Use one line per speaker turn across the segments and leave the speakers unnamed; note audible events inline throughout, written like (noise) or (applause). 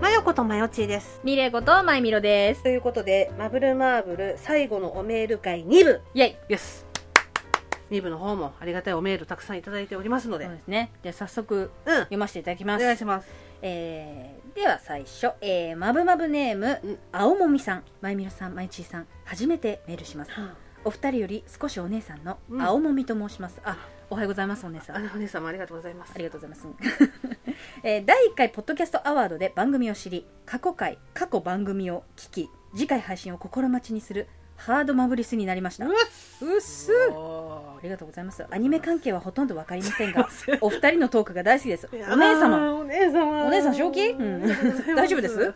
マヨコとマヨチーです。
ミレゴとマイミロです。
ということで、マブルマーブル最後のおメール会2部
イェイ
です。2部の方もありがたいおメールたくさんいただいておりますので、
そ
う
う
ん
で、すね。じゃあ早速読ませていただき
お
ます。
願いします。
えーでは最初、えー、まぶまぶネー
うん
ム、青もみさん、まゆみろさん、まゆちーさん、初めてメールします。お二人より少しお姉さんの
うん
青もみと申します。あ、おはようございます、お姉さん。
あのお姉様ありがとうございます。
ありがとうございます。 (laughs) えー第1回ポッドキャストアワードで番組を知り、過去回、過去番組を聞き、次回配信を心待ちにするハードマブリスになりました。うっす
お
あ
ー
りがとうございます。アニメ関係はほとんどわかりませ
(laughs)
んが、
すいません
(laughs) お二人のトークが大好きです。お姉様。
あーお姉様
お姉さん正気、う
(laughs)
ん、大丈夫です、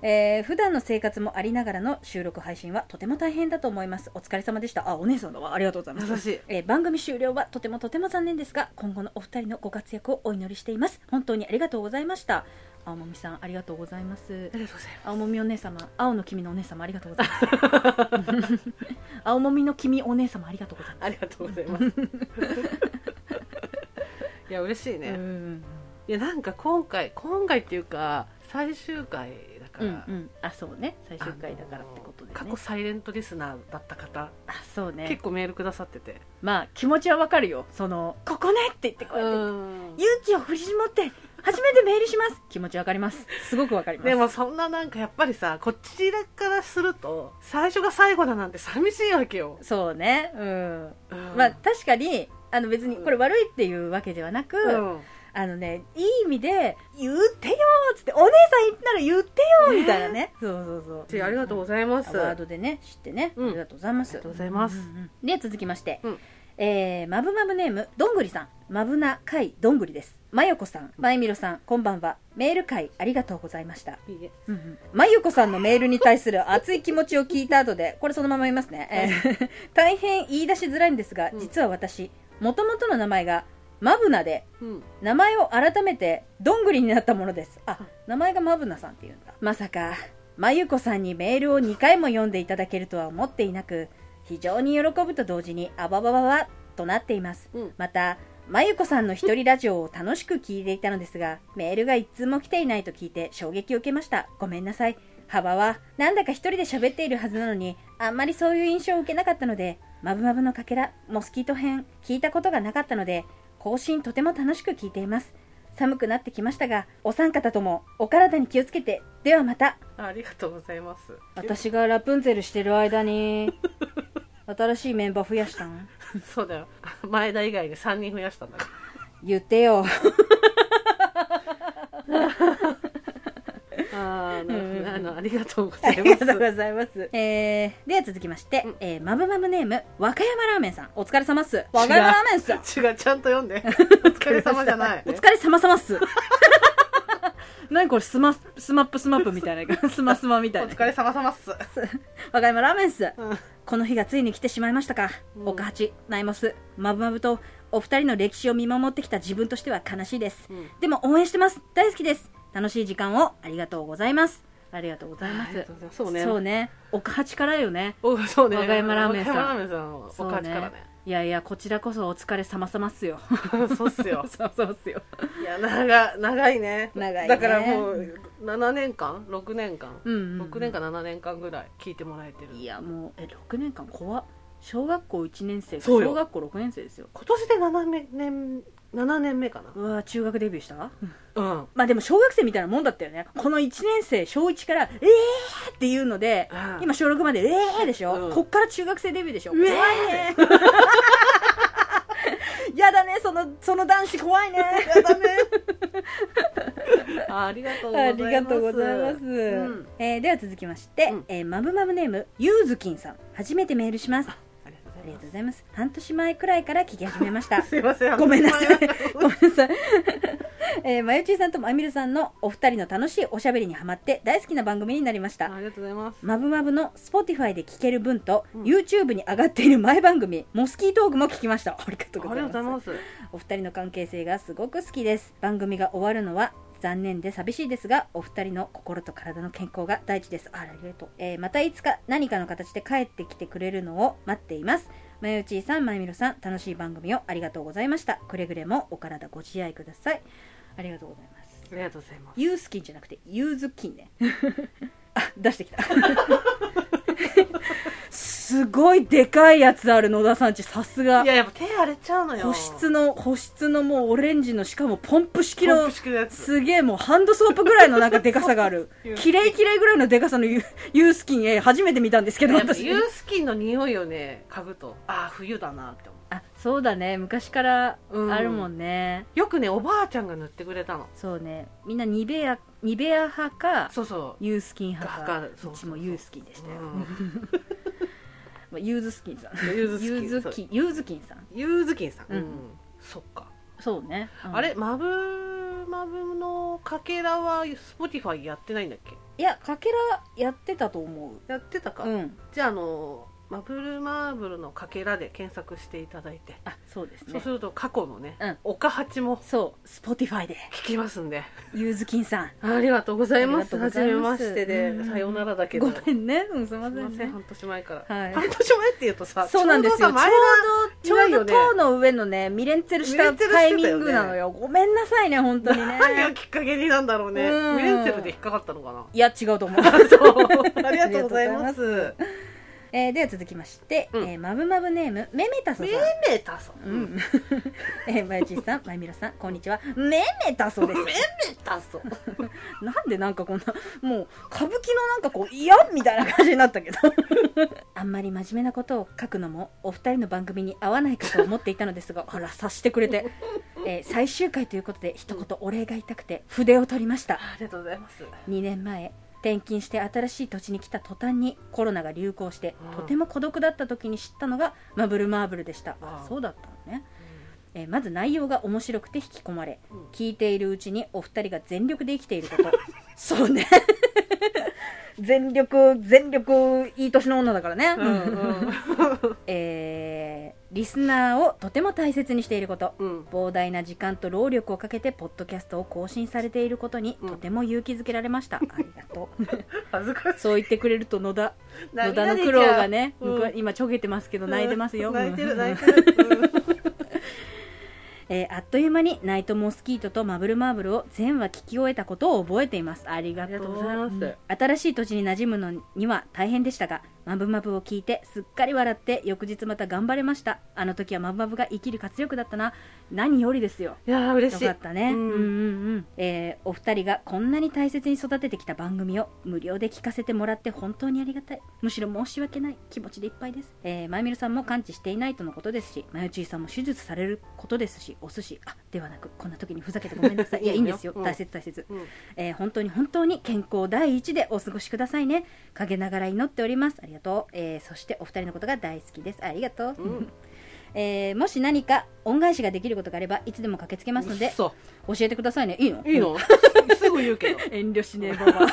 えー普段の生活もありながらの収録配信はとても大変だと思いますお疲れ様でしたあお姉さんだわありがとうございます
優しい
えー番組終了はとてもとても残念ですが今後のお二人のご活躍をお祈りしています本当にありがとうございました青もみさんありがとうございます
ありがとうございます
青もみお姉様青の君のお姉様ありがとうございます (laughs) 青もみの君お姉様ありがとうございます
ありがとうござい (laughs) ます。いや嬉しいね、
うん
いやなんか今回今回っていうか最終回だか
う
ら、
んうんあそうね最終回だからってことで、ね、
過去サイレントリスナーだった方、
あそうね
結構メールくださってて、
まあ気持ちはわかるよその「ここね!」って言ってこうやって、
うん
勇気を振り絞って初めてメールします気持ちわかりますすごくわかります
でもそんななんかやっぱりさこちらからすると最初が最後だなんて寂しいわけよ、
そうねうん
うん
まあ確かにあの別にこれ悪いっていうわけではなく、
うん
あのねいい意味で「言ってよ」っつって「お姉さんなら言ってよ」みたいなねそうそうそう
ちありがとうございます、
アワードでね知ってね、
うん
ありがとうございます
ありがとうございます
んうんうんで続きまして、
うん
えー、まぶまぶネームどんぐりさんまぶなかいどんぐりですまよこさんまゆみろさんこんばんはメール会ありがとうございました
いいえ
うんうんまゆこさんのメールに対する (laughs) 熱い気持ちを聞いた後で、これそのまま言いますね。えー (laughs) 大変言い出しづらいんですが
う、ん
実は私、もともとの名前がマブナで、
うん
名前を改めてどんぐりになったものです。あ、名前がマブナさんっていうんだ。まさか、まゆこさんにメールを2回も読んでいただけるとは思っていなく、非常に喜ぶと同時に、あばばばばとなっています。
うん
またまゆこさんの一人ラジオを楽しく聞いていたのですがメールが一通も来ていないと聞いて衝撃を受けましたごめんなさい幅はなんだか一人で喋っているはずなのにあんまりそういう印象を受けなかったのでまぶまぶのかけらモスキート編聞いたことがなかったので更新とても楽しく聞いています寒くなってきましたがお三方ともお体に気をつけてではまた
ありがとうございます
私がラプンツェルしてる間に (laughs) 新しいメンバー増やしたん
(laughs) そうだよ前田以外に3人増やしたんだから
言ってよ
あーなるほどね
うん
あのありがとうござ
あ
い
り
ま
がとう
す。
ございます。 (laughs) えー、では続きまして、
うん
えー、まぶまぶネーム、和歌山ラーメンさん。お疲れ様っす。和歌山ラーメンっす。
違う、ちゃんと読ん (laughs) で。お疲れ様じゃ (laughs) ない。
お疲れ様様っす。 (laughs) 何これ、スマ、スマップスマップみたいな。 (laughs) スマスマみたい
お
な。
疲れ様様っす。
和歌山ラーメンっす。
うん
この日がついに来てしまいましたか。
うん
岡八、ナイモス、まぶまぶと、お二人の歴史を見守ってきた自分としては悲しいです。
うん
でも応援してます。大好きです。楽しい時間をありがとうございます。ありがとうございま
あり
す
がとうございますそうね
そうね。岡八からよね。
おそうね。
和歌山ラーメンさん
和歌山ラーメンさん、お母ちからね。
いやいやこちらこそお疲れ様様っすよ
そうっすよ。
(laughs) そうそうっすよ
いや、長、長いね。
長いね
だからもう、7年間 ?6 年間
うんうんうん
?6 年か7年間ぐらい聞いてもらえてる。
いやもうえ6年間怖っ小学校1年生
そうよ
小学校6年生ですよ
今年で7年、7年目かな。
うわ中学デビューした
うん。
まあでも小学生みたいなもんだったよねこの1年生小1から「えー!」っていうので
うん
今小6まで「えー!」でしょ、
うん
こっから中学生デビューでしょ
うえ
怖
ー
いね (laughs) やだねそのその男子怖いね
やだね。あありがとうござ
(laughs) あ
います。
りがとうございます、
うん
えーでは続きまして、
うん
えーマブマブネームゆうずきんさん初めてメールしますあ
ありがとうござい
りが
ま
とうございます半年前くらいから聞き始めました (laughs)
す。すいません。
ごめんなさい
あの
ごめんなさい、 (laughs) えー、まゆちーさんとまみるさんのお二人の楽しいおしゃべりにハマって大好きな番組になりました
ありがとうございます。
マブマブの Spotify で聞ける分と、
うん
YouTube に上がっている前番組「モスキートーク」も聞きました (laughs) ありがとうご
あ
ざ
り
い
がとうござ
ま
い
す
ます。
お二人の関係性がすごく好きです番組が終わるのは残念で寂しいですがお二人の心と体の健康が大事ですあらありがとう、えーまたいつか何かの形で帰ってきてくれるのを待っていますまゆちーさんまゆみろさん楽しい番組をありがとうございましたくれぐれもお体ご自愛くださいありがとうございます
ありがとうございます
ユースキンじゃなくてユーズキン (laughs) ねあ出してきたすごいでかいやつある野田さんちさすが
いややっぱ手荒れちゃうのよ
保湿の保湿のもうオレンジのしかもポンプ式
ポン
の
プ式のやつ
すげえもうハンドソープぐらいのなんかでかさがあ (laughs) る
そう
キレイキレイぐらいのでかさのユユースキンえ初めて見たんですけど
やっぱ
私
ユースキンの匂いをね嗅ぐとああ冬だなって思
あそうだね昔から
うん
あるもんね、
うよくねおばあちゃんが塗ってくれたの
そうねみんなニベアニベア派か
そうそう
ユースキン派か
が派そうそうう
ち
そう
もユースキンでしたよ、
うん
まあ、ユーズスキンさん
ユーズ
ユーズ
スキン
キンユーズキンさん
ユーズキンさん、
うん
そっか、
そうね、うん
あれマブマブのかけらはスポティファイやってないんだっけ
いやかけらやってたと思う
やってたか、
うん
じゃああのマブルマーブルのかけらで検索していただいて、
あそうです
そう
ね
すると過去のね、
うん
おかはちも
そうスポティファイで
聞きますんで
ユーズキンさん
ありがとうございます
ありがと
初
う
め
ございま
ますして
う
で、
ん
さようならだ (laughs) けど
ごめんねうんすみます
い
せ
ま
ん
せん
ね
半年前から、
はい
半年前っていうとさ
そうなんですよ
ちょうどさ前
ちょう
いない
ど
よね
塔の上のねミレンツェルしたタイミングなのよごめんなさいね本当に
が
ね
何がきっかけになんだろうね
うん
ミレンツェルで引っかかったのかない
や違う
(laughs)
と思う
そうありがとうございます
えーでは続きまして、
うん
えーまぶまぶネームめめたそさん
めめたさん
うん (laughs) えー、まゆちんさん、まゆみろさん、こんにちは。めめたそうです。
めたそ
なんでなんかこんな、もう、歌舞伎のなんかこう、いやみたいな感じになったけど。 (laughs) あんまり真面目なことを書くのも、お二人の番組に合わないかと思っていたのですが、あら、察してくれて。えー最終回ということで、一言お礼が言いたくて、筆を取りました。
ありがとうございます
2年前転勤して新しい土地に来た途端にコロナが流行して、
うん
とても孤独だった時に知ったのがマブルマーブルでした、あ
うん
そうだったのね、えーまず内容が面白くて引き込まれ
うん
聞いているうちにお二人が全力で生きていること
(laughs)
そうね (laughs) 全力全力いい年の女だからね、
うんうん
えーリスナーをとても大切にしていること
うん
膨大な時間と労力をかけてポッドキャストを更新されていることに
うん
とても勇気づけられました、ありがとう (laughs)
恥ずかしい
そう言ってくれると野田野
涙
田
出ちゃ
の
う
苦労がね、
うん
僕今ちょげてますけど泣いてますよ、
泣いてる泣い
うん
てる
(laughs) えーあっという間にナイトモスキートとマブルマーブルを全話聞き終えたことを覚えていますありがとう
ありがとうございます
ん新しい土地に馴染むのには大変でしたがマブマブを聞いてすっかり笑って翌日また頑張れましたあの時はマブマブが生きる活力だったな何よりですよ
いやー嬉
よ
しい
かったね、う
うんん
うんうんえーお二人がこんなに大切に育ててきた番組を無料で聞かせてもらって本当にありがたいむしろ申し訳ない気持ちでいっぱいです、えー、まゆみるさんも完治していないとのことですしまゆちいさんも手術されることですしお寿司あではなくこんな時にふざけてごめんなさいいやい
い
い
い
ん
のよ
ですよ
うん
大切大切、
うん
えー本当に本当に健康第一でお過ごしくださいね陰ながら祈っておりますありがとう、えーそしてお二人のことが大好きですありがとう、
うん
えーもし何か恩返しができることがあればいつでも駆けつけますので
そ
教えてくださいねいいの
ういいのすぐ言うけど
遠慮しねえば (laughs) ば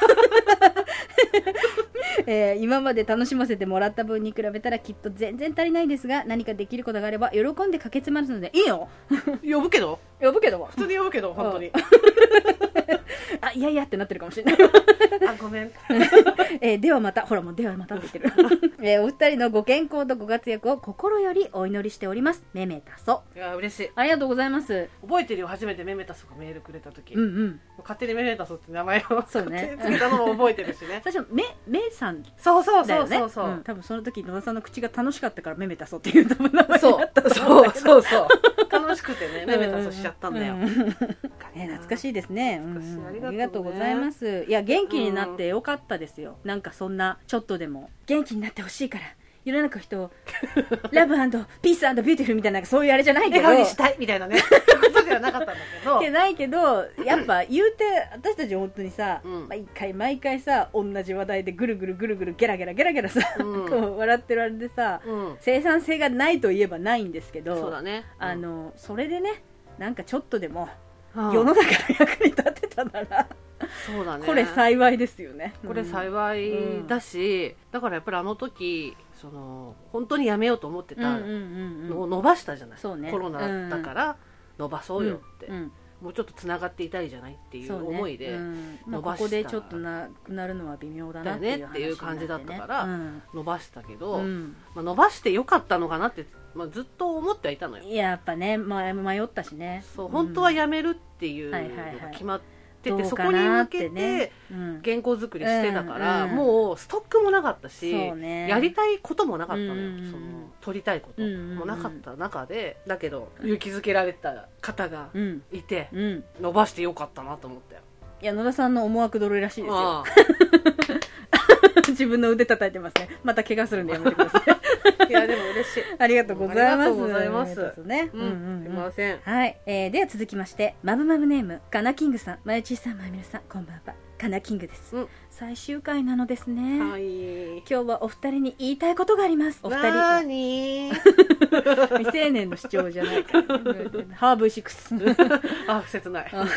えー今まで楽しませてもらった分に比べたらきっと全然足りないですが何かできることがあれば喜んで駆けつまるのでいいよ
呼ぶけど
呼ぶけど
普通に呼ぶけど本当に
あいやいやってなってるかもしれ (laughs) ない、
あごめん
えーではまたほらもうではまたって言ってる、 (laughs) えーお二人のご健康とご活躍を心よりお祈りしておりますめめたそ
いや嬉しい
ありがとうございます
覚えてるよ初めてメメタソがメールくれた時、
うんうん
勝手にメメタソって名前を
そうね
勝手につけたのも覚えてるし
(laughs)
ね
最初めめさん
そうそう
だ
そ
よ
う
ね
そうそう、
ん多分その時野田さんの口が楽しかったからめめたそっていう多分名前
そ
にな
う
ったと
そ
思んだ
う
けど
そうそう楽しくてねメメタソしちゃったんだよ、
う
ね
ね、懐かしいですね、うん
懐かしい
あ
あ
り
り
が
が
と
と
う
う
ご
ね
ざいますいや元気になってよかったですよ、なんかそんなちょっとでも元気になってほしいから世の中の人を (laughs) ラブピースビューティフルみたいななんかそういうあれじゃないけ
笑
ど
顔にしたいみたいなねことではなかったんだけど
(laughs) けないけどや
(laughs)
っぱ言うて私たち本当にさ、
うん
毎回毎回さ同じ話題でぐるぐるぐるぐるゲラゲラゲラゲラさ、
うん
(laughs) こう笑ってるあれでさ、
うん
生産性がないといえばないんですけど
そうだね
あのそれでねなんかちょっとでも
うん
世の中の役に立てたなら、
そうだね
これ幸いですよね
これ
い、
幸いだし、だからやっぱりあの時その本当にやめようと思って
うんうん
た
うん
の
う
を
ん
伸ばしたじゃない、
そうね
コロナだったから伸ばそうよって、
うん
もうちょっとつながっていたいじゃないっていう
そうね
思いで
うんまあ
伸ば
こ
した
こでちょっとなくなるのは微妙だなっていう話にな
だねっていう感じだったから
うん
伸ばしたけど、
うん
まあ、伸ばしてよかったのかなって、まあ、ずっと思ってはいたのよ
いややっぱね、まあ、迷ったしね
そう本当は
や
やめるっていう
はいはい
の
は
が
い
決まっててて、
どう
そ
か
こに向
なーっ
け
て
て
ねうん、
原稿作りしてたから、
うんうん
もうストックもなかったし、
そうね
やりたいこともなかったのよ、
うんうん
その撮りたいこともなかった中で、だけど勇気づけられた方が
うん
いて、
うん
伸ばしてよかったなと思ったよ。
いや野田さんの思惑呪いらしいですよ
あ
(laughs) 自分の腕叩いてますねまた怪我するんでやめてください
あいやでも嬉しい。
ありがとうございま
(laughs) ありが
す
とうございます
そうですね、
う、
うんんうん
す
う
い
ん
ません。
はい、えー、では続きましてマブマブネームガナキングさんまゆちーさんまゆみなさんこんばんはガナキングです、
うん
最終回なのですね、
はい。
今日はお二人に言いたいことがありますお二
なー
人
にー
未成年の主張じゃない
(laughs)
から、ね、ハーブ6
あ、切ない。
あ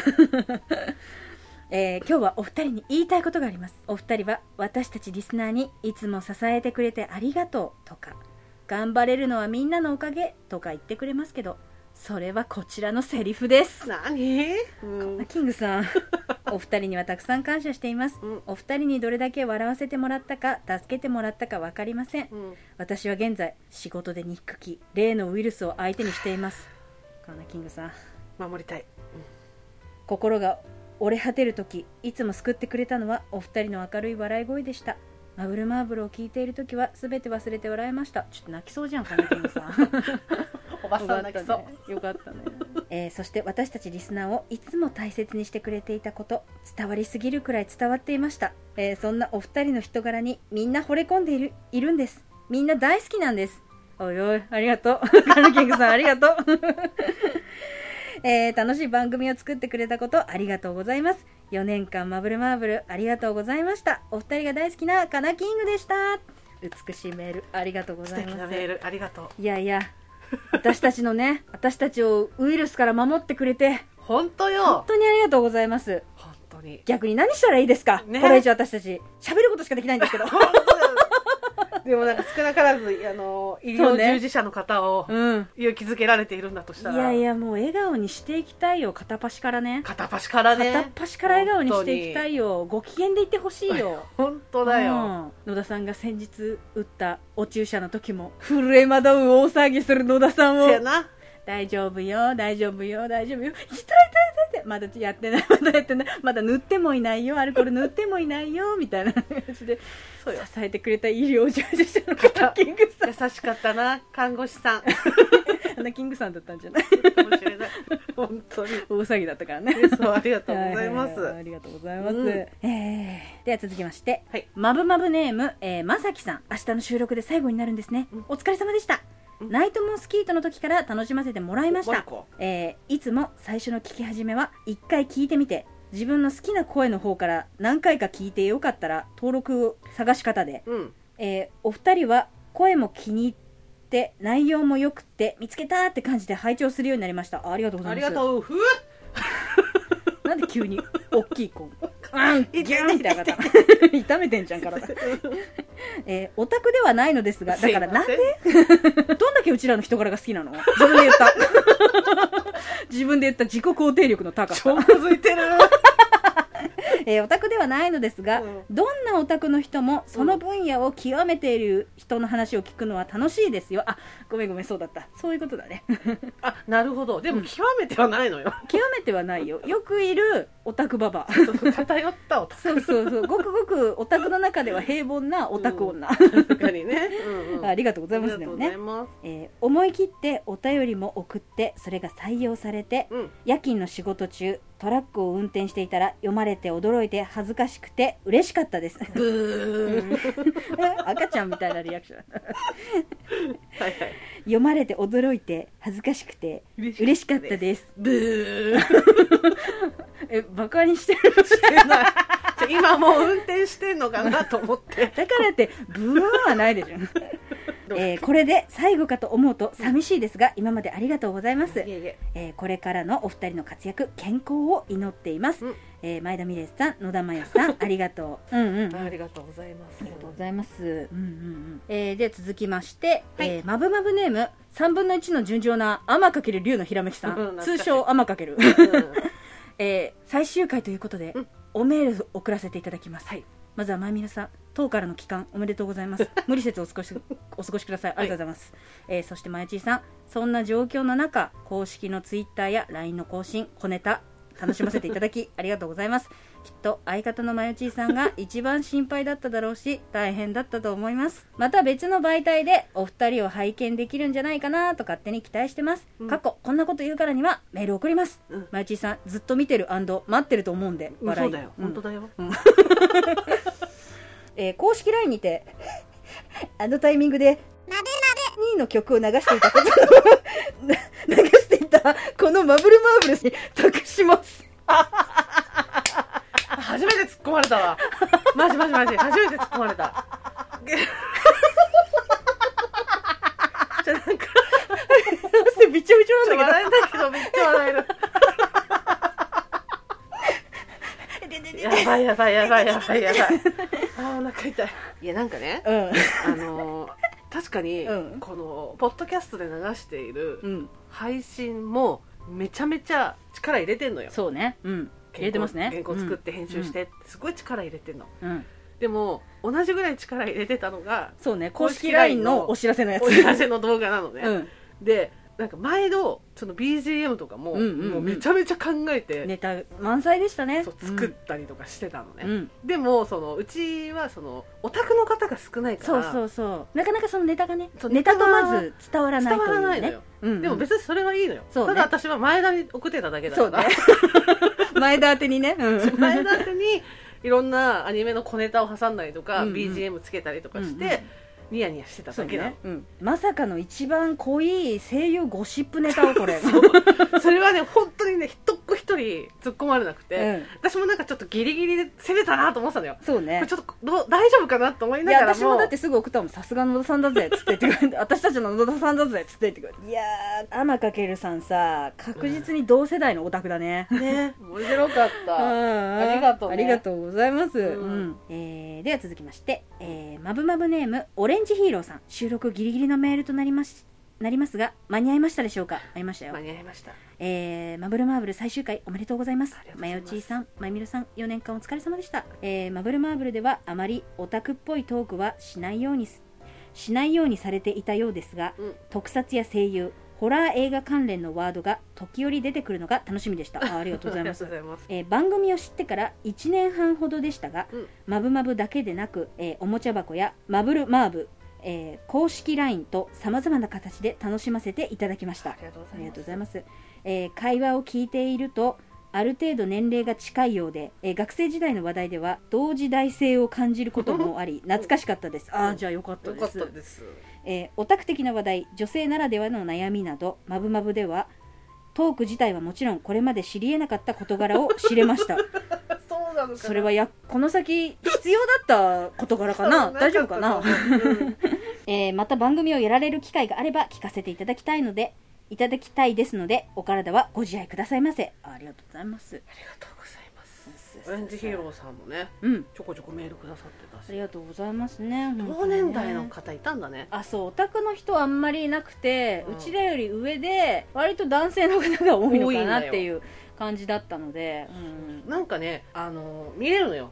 えー今日はお二人に言いたいことがありますお二人は私たちリスナーにいつも支えてくれてありがとうとか頑張れるのはみんなのおかげとか言ってくれますけどそれはこちらのセリフです
なにうん。
キン
(laughs)
グさんお二人にはたくさん感謝しています
うん
お二人にどれだけ笑わせてもらったか助けてもらったか分かりません
うん
私は現在仕事で憎き例のウイルスを相手にしていますカナキングさん
守りたい。
心が折れ果てる時いつも救ってくれたのはお二人の明るい笑い声でしたマブルマーブルを聞いている時は全て忘れて笑いましたちょっと泣きそうじゃんカナキングさん
おばさ
よか
ん
っ
泣
た
きそう
ね。よかったね、 (laughs) えーそして私たちリスナーをいつも大切にしてくれていたこと伝わりすぎるくらい伝わっていました、えーそんなお二人の人柄にみんな惚れ込んでいるいるんですみんな大好きなんですおいおいありがとう (laughs) カルキングさんありがとうえー楽しい番組を作ってくれたことありがとうございます4年間マブルマーブルありがとうございましたお二人が大好きなカナキングでした美しいメールありがとうご
素
ざい
敵
ます
なメール、ありがとう。
いやいや私たちのね私たちをウイルスから守ってくれて
本当
本
よ。
当にありがとうございます
本当に。
逆に何したらいいですか、
ね
これ以上私たち喋ることしかできないんで
(laughs)
すけど
でもなんか少なからず、あの、医
そ
療
うね
従事者の方を
うん
勇気づけられているんだとし
い
たら。
やいやもう笑顔にしていきたいよ片っ端からね
片っ端からね。
片っ端から笑顔にしていきたいよご機嫌でいってほしい
(laughs)
よ
本当だよ。
うん野田さんが先日打ったお注射の時も震え惑う大騒ぎする野田さんを
せやな。
大丈夫よ大丈夫よ大丈夫よ痛い痛い痛い痛いまだやってないまだやってないまだ塗ってもいないよアルコール塗ってもいないよみたいな感じで
そうよ。
支えてくれた医療従事者の方キングさん
優しかったな、看護師さん。か
あのキングさんだったんじゃない
もしれない。 (laughs) 本当に。
大騒ぎだったからね
そう、ありがとうございます。
はははありがとうございます、
うん
えーでは続きまして、
はい
マブマブネーム、えー、まさきさん明日の収録で最後になるんですね、
うん
お疲れ様でし
う
た、
ん
ナイトモンスキートの時から楽しませてもらいまし
もう一
た
個
えーいつも最初の聞き始めは1回聞いてみて自分の好きな声の方から何回か聞いてよかったら登録を探し方で、
うん。
えーお二人は声も気に入って内容もよくって見つけたって感じで拝聴するようになりましたあありがとうござ
あ
い
り
ます
がとう。ふう
なんで急に大きい子うんギューンみたいな方 (laughs) 痛めてんじゃん体、
(laughs)
えーオタクではないのですがだからなん
すい
で
ませ
どんだけうちらの人柄が好きなの自分で言った (laughs) 自分で言った自己肯定力の高さ
ちょうどづいてる。
(laughs) えーオタクではないのですが、
うん
どんなオタクの人もその分野を極めている人の話を聞くのは楽しいですよあごめんごめんそうだったそういうことだね
(laughs)
(laughs)
あ、なるほど。でも、極めてはないのよ。
極めてはないよよくいるオタクババ
(laughs)
ア
ちょっと偏ったおた
そうそう (laughs) そうごくごくオタクの中では平凡なオタク女、
確かにね。うんうん。
ありがとうございます
あり
で
がと
も
うござ
ね
い、ます。
えー思い切ってお便りも送ってそれが採用されて
うん。
夜勤の仕事中トラックを運転していたら読まれて驚いて恥ずかしくて嬉しかったです (laughs)
ブー。
赤ちゃんみたいなリアクション
はいはい。
読まれて驚いて恥ずかしくて嬉しかったです
ブー。
えバカにして (laughs) るだ
してないじゃあ今もう運転してんのかなと思 (laughs) って。
からってブーはないでしょ、 (laughs) えーこれで最後かと思うと寂しいですが今までありがとうございます
い、えいえ
えーこれからのお二人の活躍健康を祈っています、
うん
えー前田美玲さん野田真也 (laughs) さんありがとううんうん
ありがとうございます。
ありがとうございます。うんうんうん。えー、で続きまして、
はい
えー、マブマブネーム三分の一の純情な天かける龍のひらめきさ
うん懐
ん、
かしい
通称天かけ
う
る。
ん
えー最終回ということで、
うん
おメールを送らせていただきます、
はい
まずはまゆみなさん党からの帰還おめでとうございます無理せずお過ごし (laughs) お過ごしくださいありがとうございます、えーそしてまやちーさんそんな状況の中公式のツイッターや LINE の更新小ネタ楽しませていただ
(laughs)
きありがとうございますきっと相方のまよちーさんが一番心配だっただろうし大変だったと思いますまた別の媒体でお二人を拝見できるんじゃないかなと勝手に期待してます、
うん
過去こんなこと言うからにはメール送ります、
うん
まよちーさんずっと見てる待ってると思うんで
うん
笑
そ
い
うだよ、
うん
本当だよ
えー公式 LINE にて (laughs) あのタイミングで「まぶまぶ」の曲を流 (laughs) していたことな流していたこの「マブルマーブルス」に託します
あ初めて突っ込まれたわマジマジマジ初めて突っ込まれ (laughs) たじゃなんか
(laughs) 汗びちょびちょなんだ
笑えないけどめっちゃ笑える
けどででで
やばいやばいやばいやばい
(laughs)
やばいあーお腹痛いいやなんかね
うん
あのー確かに、
うん
このポッドキャストで流している
うん
配信もめちゃめちゃ力入れてんのよ
そうねうん入れてますね
原稿原稿作って編集して、すごい力入れてんの
うん、うん
でも同じぐらい力入れてたのが
そうね公
公
式
式
LINE
LINE
の
の
お知らせのやつ
お知らせの動画なのね、
うん
でなんか毎度その BGM とかも,、
うんうんうん
もうめちゃめちゃ考えて、
ネタ満載でしたね
そう作ったりとかしてたのね、
うんうん
でもそのうちはそのオタクの方が少ないか
そう
ら
そうそうなかなかそのネタがね
そう
ネタとまず伝わら
伝
ないと
わ
い
らな
う
いの
ね
よ、
うんうん
でも別にそれはいいのよ、
そうね
ただ私は前田に送ってただけだ
そ
か
うね
(laughs) ら、
前田宛てにね、
(laughs)
うん
前田宛にいろんなアニメの小ネタを挟んだりとか、
うんうん
BGM つけたりとかして、
うんうん
ニヤニヤしてた
そ
だ
う
けだ
ね、うん、まさかの一番濃い声優ゴシップネタをこれ
(laughs) そうそれはね本当にね一っ子一人突っ込まれなくて、
うん
私もなんかちょっとギリギリで攻めたなと思ってたのよ
そうね
ちょっとどう大丈夫かなと思い
い
なが
や
らも
私もだってすぐ送ったもんさすが野田さんだぜっつって言ってくれ
(laughs)
て私たちの野田さんだぜっつって言ってくれていやー天かけるさんさ確実に同世代のオタクだね、
ね面白かっ
うん
た
あ
ありがとうね
ありがとうございます、
うん
うんえーでは続きまして、えー、マブマブネームオレンジヒーローさん収録ギリギリのメールとなりますなりますが間に合いましたでしょうかありましたよ
間に合いました
えーマブルマーブル最終回おめでとうございます
ありがとうご
ま
ざい
よ
ます
ちーさんまゆみろさん4年間お疲れ様でした、えーマブルマーブルではあまりオタクっぽいトークはしないようにすしないようにされていたようですが、
うん
特撮や声優ホラー映画関連のワードが時折出てくるのが楽しみでしたあありがとうございま
(laughs)
す
ありがとうございます
えー番組を知ってから1年半ほどでしたが、
うん
マブマブだけでなく、えーおもちゃ箱やマブルマーブ、えー公式 LINE とさまざまな形で楽しませていただきました
ありがとうご
あ
ざいま
りがとうご
す
ざいます、えー会話を聞いているとある程度年齢が近いようで、えー学生時代の話題では同時代性を感じることもあ (laughs) り懐かしかったですああじゃあよかった
よ
で
かっ
す
たです
えーオタク的な話題女性ならではの悩みなどまぶまぶではトーク自体はもちろんこれまで知り得なかった事柄を知れました
(laughs) そうなのかな
それはやこの先必要だった事柄かな大丈夫かなえーまた番組をやられる機会があれば聞かせていただきたいのでいただきたいですのでお体はご自愛くださいませありがとうございます
ありがとうございますオレンジヒーローさんもね
うん
ちょこちょこメールくださってた
あ
し
りがとうございますね
同年代の方いたんだね
あそうオタクの人はあんまりいなくて、う
うん
ちらより上で割と男性の方が多いのかな
多いんだ
っ
よ
ていう感じだったのでうん
なんかねあの見れるのよ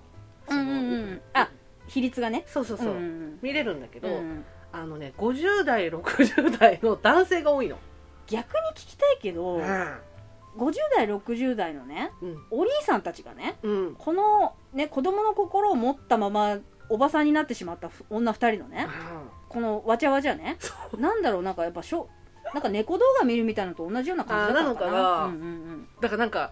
そ
うん
の
うんうんあ比率がね
そうそうそう、
んん
見れるんだけど、
うんうん
あのね50代60代の男性が多いの、
逆に聞きたいけど、50代60代のね
うん
お兄さんたちがね
うん
この、ね、子供の心を持ったままおばさんになってしまったふ女2人のねこのわちゃわちゃね
そう
なんだろうなんかやっぱしょなんか猫動画見るみたいなのと同じような感じだったのかな
あーな
うん
の
うん
だからなん
(laughs)
か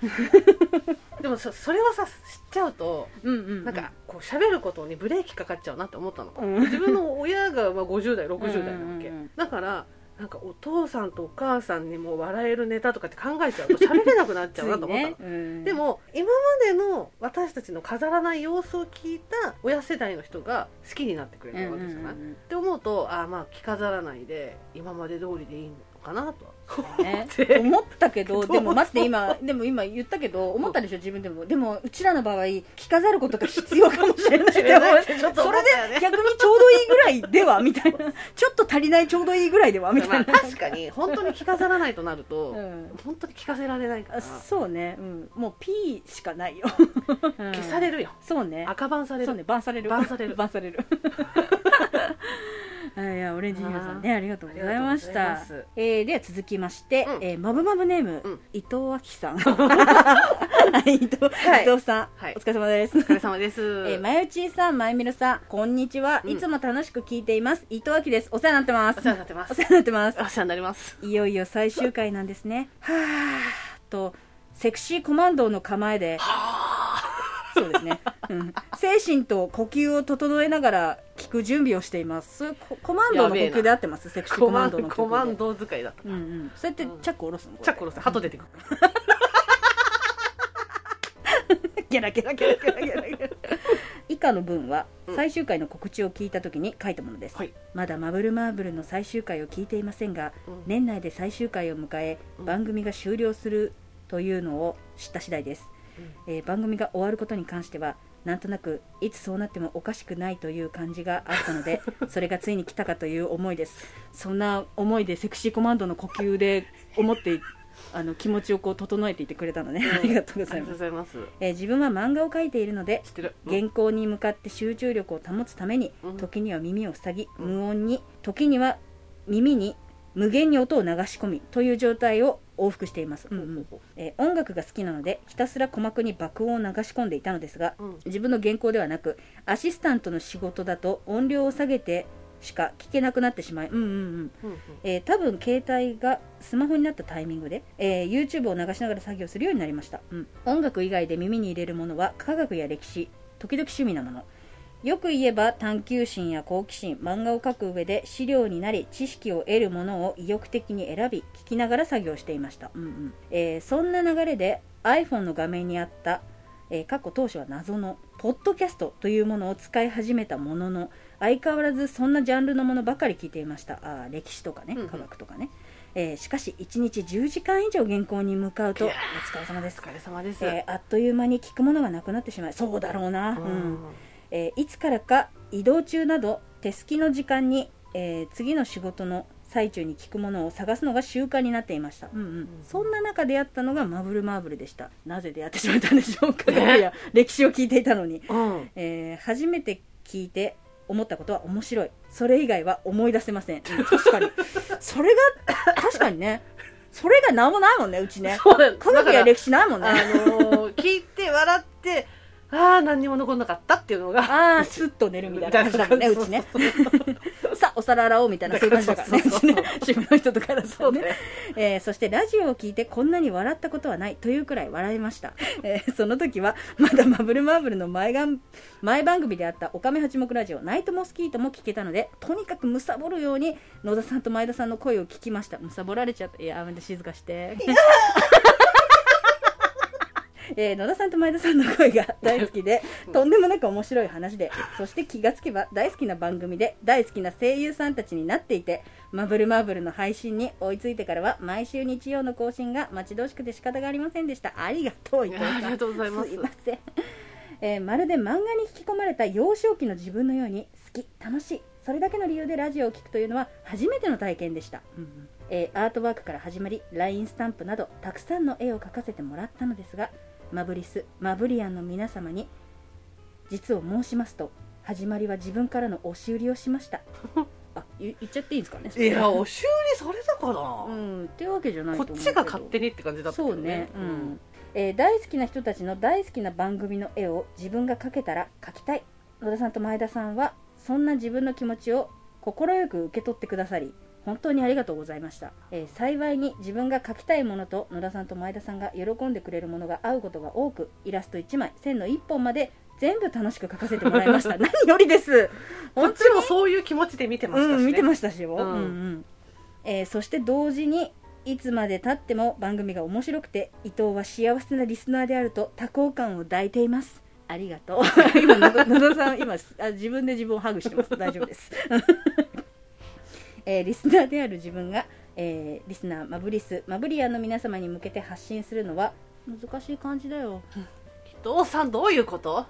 でもそそれをさ知っちゃうと
うんうんうんうん
なんかこう喋ることにブレーキかかっちゃうなって思ったの
うん
自分の親がまあ50代60代なわけ
うんうんうん
だからなんかお父さんとお母さんにも笑えるネタとかって考えちゃうと喋れなくなっちゃうなと
(laughs)
思ったの、
ついねうん
でも今までの私たちの飾らない様子を聞いた親世代の人が好きになってくれ
うんうん
る
う
わけじゃない、
ん
って思うとあーまあ着飾らないで今まで通りでいいのかなとは
ね
(laughs) 思って
思ったけど
どう
でも待って今でも今言ったけど思ったでしょ自分でもでもうちらの場合着飾ることが必要かもしれな
(laughs)
い
ちょっと
そ
思
れ
っ
で
たよね
逆にちょうどいいぐらいではみた
(laughs)
いなちょっと足りないちょうどいいぐらいではみた
ま
い
あ
な、
確かに本当に着飾らないとなると、
うん
本当に着かせられないか
あ
ら
そうね、うん、もう P しかないよ消
消され
る
るよ
そうね
赤バンされ
そ
る (laughs)
うねバンされる
バンされる
バンされるあいやオレンジヒロさんねありがとうございまし
ありが
た
とうございます
えーでは続きまして、
うん
えーマブマブネーム、
うん
伊藤亜希さ
(laughs)
んはい伊藤,、
はい
伊藤さん、
はい
お疲れ様です
お疲れ様です。
えー、まゆちーさん、まゆみろさん、こんにちは。
うん
いつも楽しく聞いています。伊藤明です。お世話になってます。
お世話になってます
お世話になってます。
お世話になります。
いよいよ最終回なんですね。はぁと、セクシーコマンドーの構えで、そうですね、うん、精神と呼吸を整えながら聞く準備をしています。そういうココマンドーの呼吸で合ってますセクシー
コ
コ
マ
マ
ン
ンドー
ド、
の
コ
呼
マ
吸
ン
で。
ド使いだった。
うんうん、そうやってチャック下ろすの、これ
チャックロさん、
(laughs)
鳩出てくる。
ゲラゲラゲラゲラゲラゲラ以下の文は
うん
最終回の告知を聞いた時に書いたものです、
はい
まだ「マブルマーブル」の最終回を聞いていませんが
うん
年内で最終回を迎え
うん
番組が終了するというのを知った次第です、えー番組が終わることに関してはなんとなくいつそうなってもおかしくないという感じがあった
(laughs)
のでそれがついに来たかという思いですそんな思いでセクシーコマンドの呼吸で思ってあの気持ちをこう整えていてくれたのね、ありがとうご
あ
ざ
り
い
がとう
ます
ございます。
えー自分は漫画を描いているので
知ってる。
原稿に向かって集中力を保つために
うん
時には耳を塞ぎ
うん
無音に時には耳に無限に音を流し込みという状態を往復しています、
う
うんんうんえー音楽が好きなのでひたすら鼓膜に爆音を流し込んでいたのですが
うん
自分の原稿ではなくアシスタントの仕事だと音量を下げてしか聞けなくなってしまい、うんうんうん
うん
えー多分携帯がスマホになったタイミングで、えー YouTube を流しながら作業するようになりました、うん音楽以外で耳に入れるものは科学や歴史時々趣味なものよく言えば探求心や好奇心漫画を描く上で資料になり知識を得るものを意欲的に選び聞きながら作業していました、うんうんえーそんな流れで iPhone の画面にあったえー過去当初は謎のポッドキャストというものを使い始めたものの相変わらずそんなジャンルのものばかり聞いていましたあー歴史とかね
うんうん
科学とかね、えーしかし1日10時間以上原稿に向かうと
い
お疲
や
れ様で
お
す、
疲れ様です。
えーあっという間に聞くものがなくなってしまいそうだろうな、
う
うん
ん
えーいつからか移動中など手すきの時間に、えー次の仕事の最中に聞くものを探すのが習慣になっていました、うんうんそんな中出会ったのがマブルマーブルでしたなぜ出会ってしまったんでしょう (laughs) かいやいや歴史を聞いていたのに、
うん。
えー初めて聞いて思ったことは面白いそれ以外は思い出せません、うん確かにそれが確かにねそれが何もないもんねうち (laughs) ね
そうなん
科学や歴史ないもんね
あのー、聞いて笑って、ああ、何にも残んなかったっていうのが。
ああ、スッと寝るみたいな感じだもんね、
そううそう
ちね。さあ、お皿洗おうみたいな、そういう感じだからね、
そう
う
そう
ち
そう
ね。 (laughs) 主婦の人とかだ
そ
と
うね
ね。。えーそしてラジオを聞いてこんなに笑ったことはないというくらい笑いました、えーその時はまだマブルマーブルの前がん前番組であった「おかめ八目ラジオナイトモスキート」も聞けたのでとにかくむさぼるように野田さんと前田さんの声を聞きましたむさぼられちゃったいややめて静かしてえー野田さんと前田さんの声が (laughs) 大好きでとんでもなく面白い話でそして気がつけば大好きな番組で大好きな声優さんたちになっていてマブルマーブルの配信に追いついてからは毎週日曜の更新が待ち遠しくて仕方がありませんでしたありがとう伊藤さん
ありがとうございます
すいません、えーまるで漫画に引き込まれた幼少期の自分のように好き楽しいそれだけの理由でラジオを聞くというのは初めての体験でした、えーアートワークから始まり LINE スタンプなどたくさんの絵を描かせてもらったのですがマブリスマブリアンの皆様に実を申しますと始まりは自分からの押し売りをしました
(laughs)
あ言言っちゃっていいんですかねそ
い
れ
や、お修理されたかな、
うんっていうわけじゃないと
こ
思う
っ
けど
ちが勝手にって感じだったけ
そ
ど
うね、うんえー大好きな人たちの大好きな番組の絵を自分が描けたら描きたい野田さんと前田さんはそんな自分の気持ちを快く受け取ってくださり本当にありがとうございました、えー幸いに自分が描きたいものと野田さんと前田さんが喜んでくれるものが合うことが多くイラスト1枚線の1本まで全部楽しく描かせてもらい
(laughs)
ました何よりです
こっ
本当
ち
に
もそういう気持ちで見てましたし、ね
うん、見てましたしよ、
う
うんんうんえーそして同時にいつまでたっても番組が面白くて伊藤は幸せなリスナーであると多幸感を抱いていますありがとう (laughs) 今野田野田さん今あ自分で自分をハグしてます大丈夫です、 (laughs) えーリスナーである自分が、えーリスナーマブリスマブリアンの皆様に向けて発信するのは難しい感じだよ
伊藤さんどういうことわ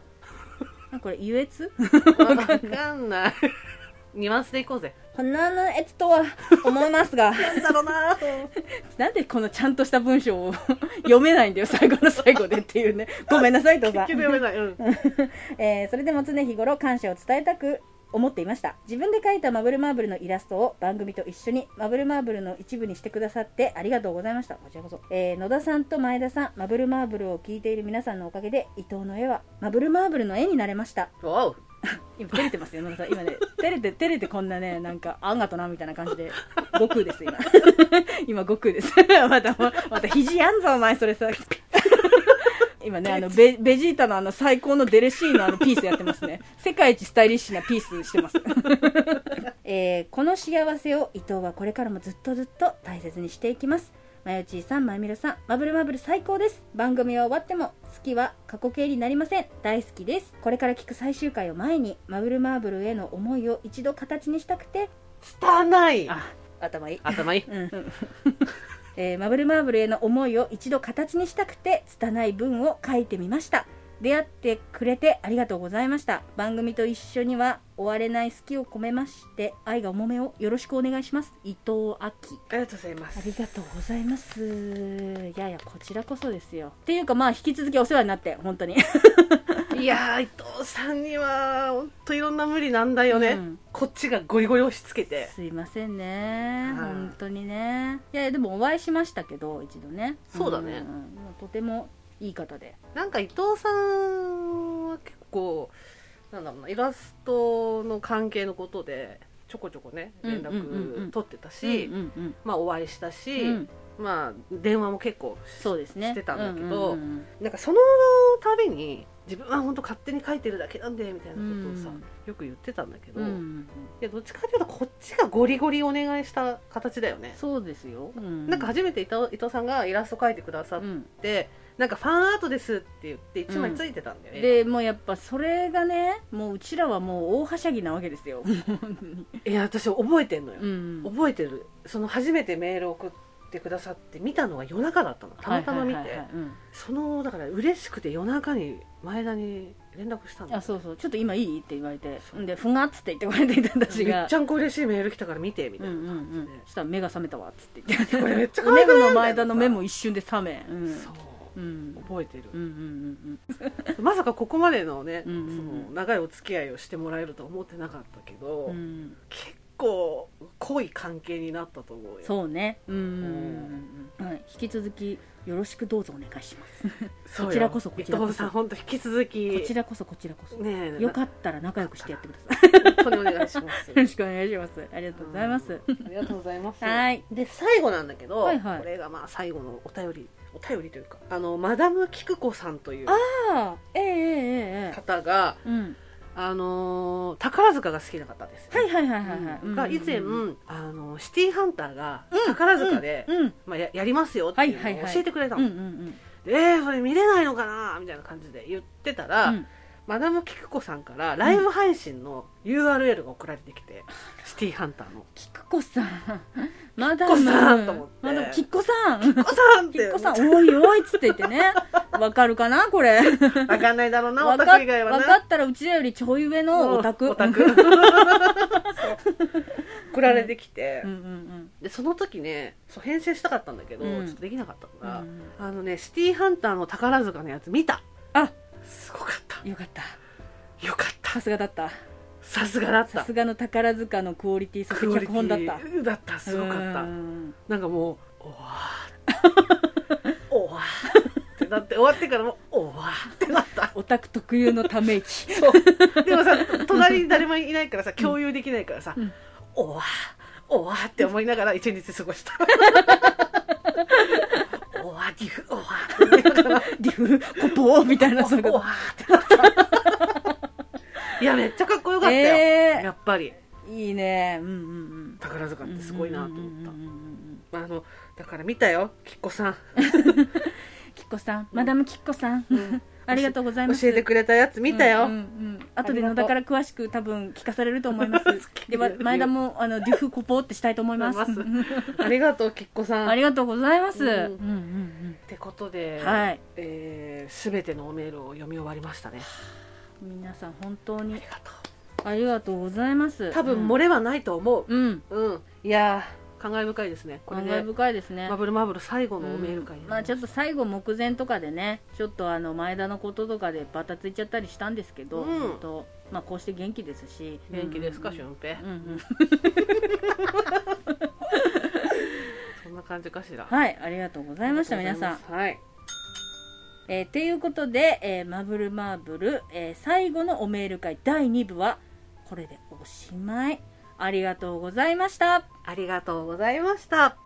あこれ優越 (laughs)
かんないニュアンスでいこうぜ
花のえつとは思いますが
なんだろうな
なんでこのちゃんとした文章を (laughs) 読めないんだよ最後の最後でっていうねごめんなさいと
結
か
局、読めない、うん、
えーそれでも常日頃感謝を伝えたく思っていました自分で描いたマブルマーブルのイラストを番組と一緒にマブルマーブルの一部にしてくださってありがとうございましたこちらこそ、えー野田さんと前田さんマブルマーブルを聞いている皆さんのおかげで伊藤の絵はマブルマーブルの絵になれました
わお
今照れてますよ野田さん今ね照れて照れてこんなねなんかあんがとなみたいな感じで悟空です今 (laughs) 今悟空です (laughs) またもうまた肘やんぞお前それさ (laughs) 今ねあのベベジータのあの最高のデレシーのあのピースやってますね世界一スタイリッシュなピースしてますえーこの幸せを伊藤はこれからもずっとずっと大切にしていきますまよちーさんまゆみろさんマブルマブル最高です番組は終わっても好きは過去形になりません大好きですこれから聞く最終回を前にマブルマーブルへの思いを一度形にしたくて
拙い
あ頭いい
頭いい
うん、えーマブルマーブルへの思いを一度形にしたくて拙い文を書いてみました出会ってくれてありがとうございました番組と一緒には終われない好きを込めまして愛が重めをよろしくお願いします伊藤亜紀
ありがとうございま
あ
す
りがとうございますいやいやこちらこそですよっていうかまあ引き続きお世話になって本当に
いやー伊藤さんには本当いろんな無理なんだよね、
うん
こっちがゴリゴリ押し付けて
すいませんね
はい
本当にねいやでもお会いしましたけど一度ね
そうだね
んもうとてもいい方で
なんか伊藤さんは結構なんだろうなイラストの関係のことでちょこちょこね連
うんうんうんう
絡
ん
取ってたし、
うんうん
まあお会いした
う
し、
んうん
まあ電話も結構
そうですね
してたんだけど
うんうんうん
なんかその度に自分は本当勝手に書いてるだけなんでみたいなことをさ、
うん
よく言ってたんだけど、
うんうんう
い
ん
やどっちかというとこっちがゴリゴリお願いした形だよね。
そうですよ、う
なんか初めて伊藤伊藤さんがイラスト描いてくださっ
うん
て、なんかファンアートですって言って一枚ついてたんだよね、
でもうやっぱそれがねもううちらはもう大はしゃぎなわけで
(laughs)
すよ、本当に
いや私覚えてんのよ、
うん、
覚えてるその初めてメール送ってくださって見たのが夜中だったのたまたま見て、
はいはいはいはいうん
そのだから嬉しくて夜中に前田に連絡したの
あそうそうちょっと今いいって言われて
そうん
で「ふが」っつって言ってこれていた
め
私が
っちゃんこ嬉しいメール来たから見てみた
う
い
ん
な
うん
感じで、
うんそしたら目が覚めたわっつって言って
これめっちゃ可
お目
愛くない
の前田の目も一瞬で覚めうん
そう
うん
覚えてる
うんうんうん
まさかここまでのね、
うんうんうん
その長いお付き合いをしてもらえるとは思ってなかったけど、
うんうん
結構濃い関係になったと思うよ
そうねうんうんうんはい引き続きよろしくどうぞお願いします
そうよ
こちらこそこちらこそ
伊藤さん本当引き続き
こちらこそこちらこそ
ねえ
よかったら仲良くしてやってください
本当にお願い
(laughs)
します
よろしくお願いしますありがとうございます
ありがとうございます
はい
で最後なんだけど、
はいはい
これがまあ最後のお便りお便りというかあのマダムキクコさんという
ああええええええ
方が
うん
あのー宝塚が好きな方です、
はいはいはいはいはい
が以前、
うんうん
あのシティーハンターが宝塚で、
うんうん
まあ、ややりますよっていう
はいはい
の
は
を
い
教えてくれたの、
うんうん
でえー、それ見れないのかなみたいな感じで言ってたら、
うん
マダムキクコさんからライブ配信の URL が送られてきて、シティーハンターの
キクコさんマ
キク
ダ
コ
ム
さんと思って
マダムキクコさん
「お子さん!」っ
キッ
て
コさん、おいおいっつって言って
(laughs)
ね。わかるかなこれ。
分かんないだろうなオ
わか
タク以外は
わか
な
ったらうちらよりちょい上のオタク。
オタク
(laughs) うん
そう送られてきて、
うんうん
でその時ねそう編成したかったんだけど、
うん
ちょっとできなかったの
う
が、
ん。
あのねシティーハンターの宝塚のやつ見た
あ、
すごかった
よかった。
よかった
さすがだった。
さすがだっ
さ
た
すがの宝塚のクオリティ、そして脚本だった。
クオリティだったすごかった
うん
なんか
(laughs)
もうおわーおわーってなって終わってからもおわーってなった
オタク特有のため息。
でもさ隣に誰もいないからさ共有できないからさ、
うん
おわーおわーって思いながら一日過ごした
(laughs)
おわーディフおわーってながら
リフ、コポー
(laughs)
みたいな、そういう
お
こ
わーってなっ
(laughs)
たいやめっちゃかっこよか
と。
ったよ、
え
やっぱり
え、いいね。うんうん
宝塚っ
うん。
てすごいなと思った、
うんうんうんうん
まあ、あのだから見たよきっこさん、
うん。キッコさん、マダムキッコさん。 (laughs) ありがとうございます。
教えてくれたやつ見たよ、
うんうんうん後で野田から詳しく多分聞かされると思います
聞け
(laughs) で
るよ
ま前田もあのデュフコポってしたいと思います
思い
うん
ありがとうきっこさん
ありがとうございます、
うん
うんうん
ってことで、
うんはい
えー、全てのおメールを読み終わりましたね
皆さん本当
あ
に
りがと
ありがとうございます
う多分漏れはないと思う
うん、うん
うん、いやー感慨深いですねこれ
感
で、
慨深いですね
バブルマーブル最後のメール会、
うんまあ、ちょっと最後目前とかでねちょっとあの前田のこととかでバタついちゃったりしたんですけど、
うん
本当まあ、こうして元気ですし
元気ですか、
うん
俊平
うんうん、
そんな感じかしらあ
はいありがとうございました
りが
皆
とうござい
さ
ま
ん
すはい
えー、ということで、えーマブルマーブル、えー最後のおメール会第2部はこれでおしまいありがとうございました
ありがとうございました